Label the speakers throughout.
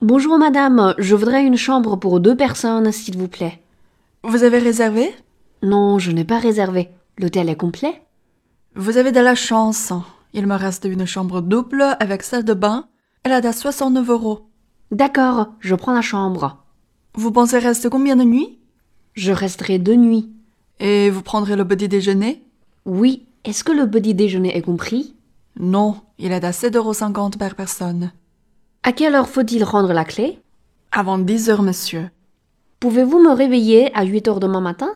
Speaker 1: Bonjour madame, je voudrais une chambre pour deux personnes, s'il vous plaît.
Speaker 2: Vous avez réservé
Speaker 1: Non, je n'ai pas réservé. L'hôtel est complet
Speaker 2: Vous avez de la chance. Il me reste une chambre double avec salle de bain. Elle est à 69 euros.
Speaker 1: D'accord, je prends la chambre.
Speaker 2: Vous pensez rester combien de nuits
Speaker 1: Je resterai deux nuits.
Speaker 2: Et vous prendrez le petit déjeuner
Speaker 1: Oui, est-ce que le petit déjeuner est compris
Speaker 2: Non, il est à 7,50 euros par personne.
Speaker 1: À quelle heure faut-il rendre la clé
Speaker 2: Avant 10 heures, monsieur.
Speaker 1: Pouvez-vous me réveiller à 8 heures demain matin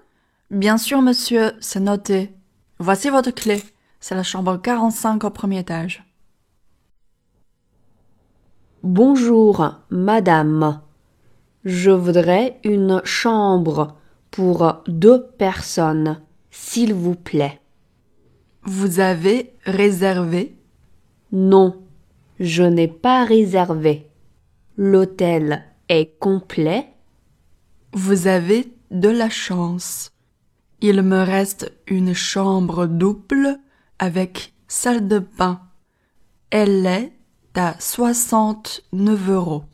Speaker 2: Bien sûr, monsieur, c'est noté. Voici votre clé. C'est la chambre 45 au premier étage.
Speaker 1: Bonjour, madame. Je voudrais une chambre pour deux personnes, s'il vous plaît.
Speaker 2: Vous avez réservé
Speaker 1: Non, je n'ai pas réservé. L'hôtel est complet.
Speaker 2: Vous avez de la chance. Il me reste une chambre double avec salle de bain. Elle est à 69 euros.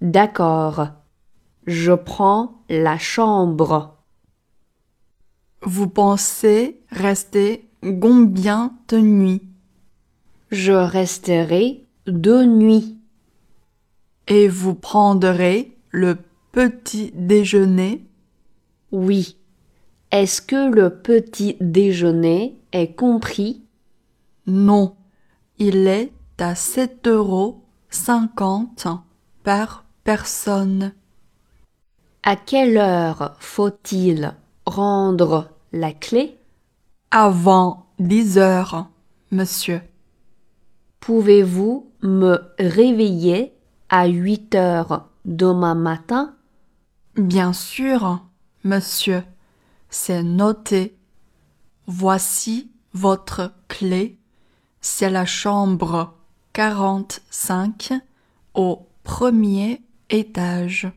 Speaker 1: D'accord. Je prends la chambre.
Speaker 2: Vous pensez rester combien de nuits
Speaker 1: Je resterai deux nuits.
Speaker 2: Et vous prendrez le petit déjeuner
Speaker 1: Oui. Est-ce que le petit déjeuner est compris
Speaker 2: Non, il est à 7,50 euros par personne.
Speaker 1: À quelle heure faut-il rendre la clé
Speaker 2: Avant 10 heures, monsieur.
Speaker 1: Pouvez-vous me réveiller à 8 heures demain matin
Speaker 2: Bien sûr, monsieur. C'est noté. Voici votre clé. C'est la chambre 45 au premier étage.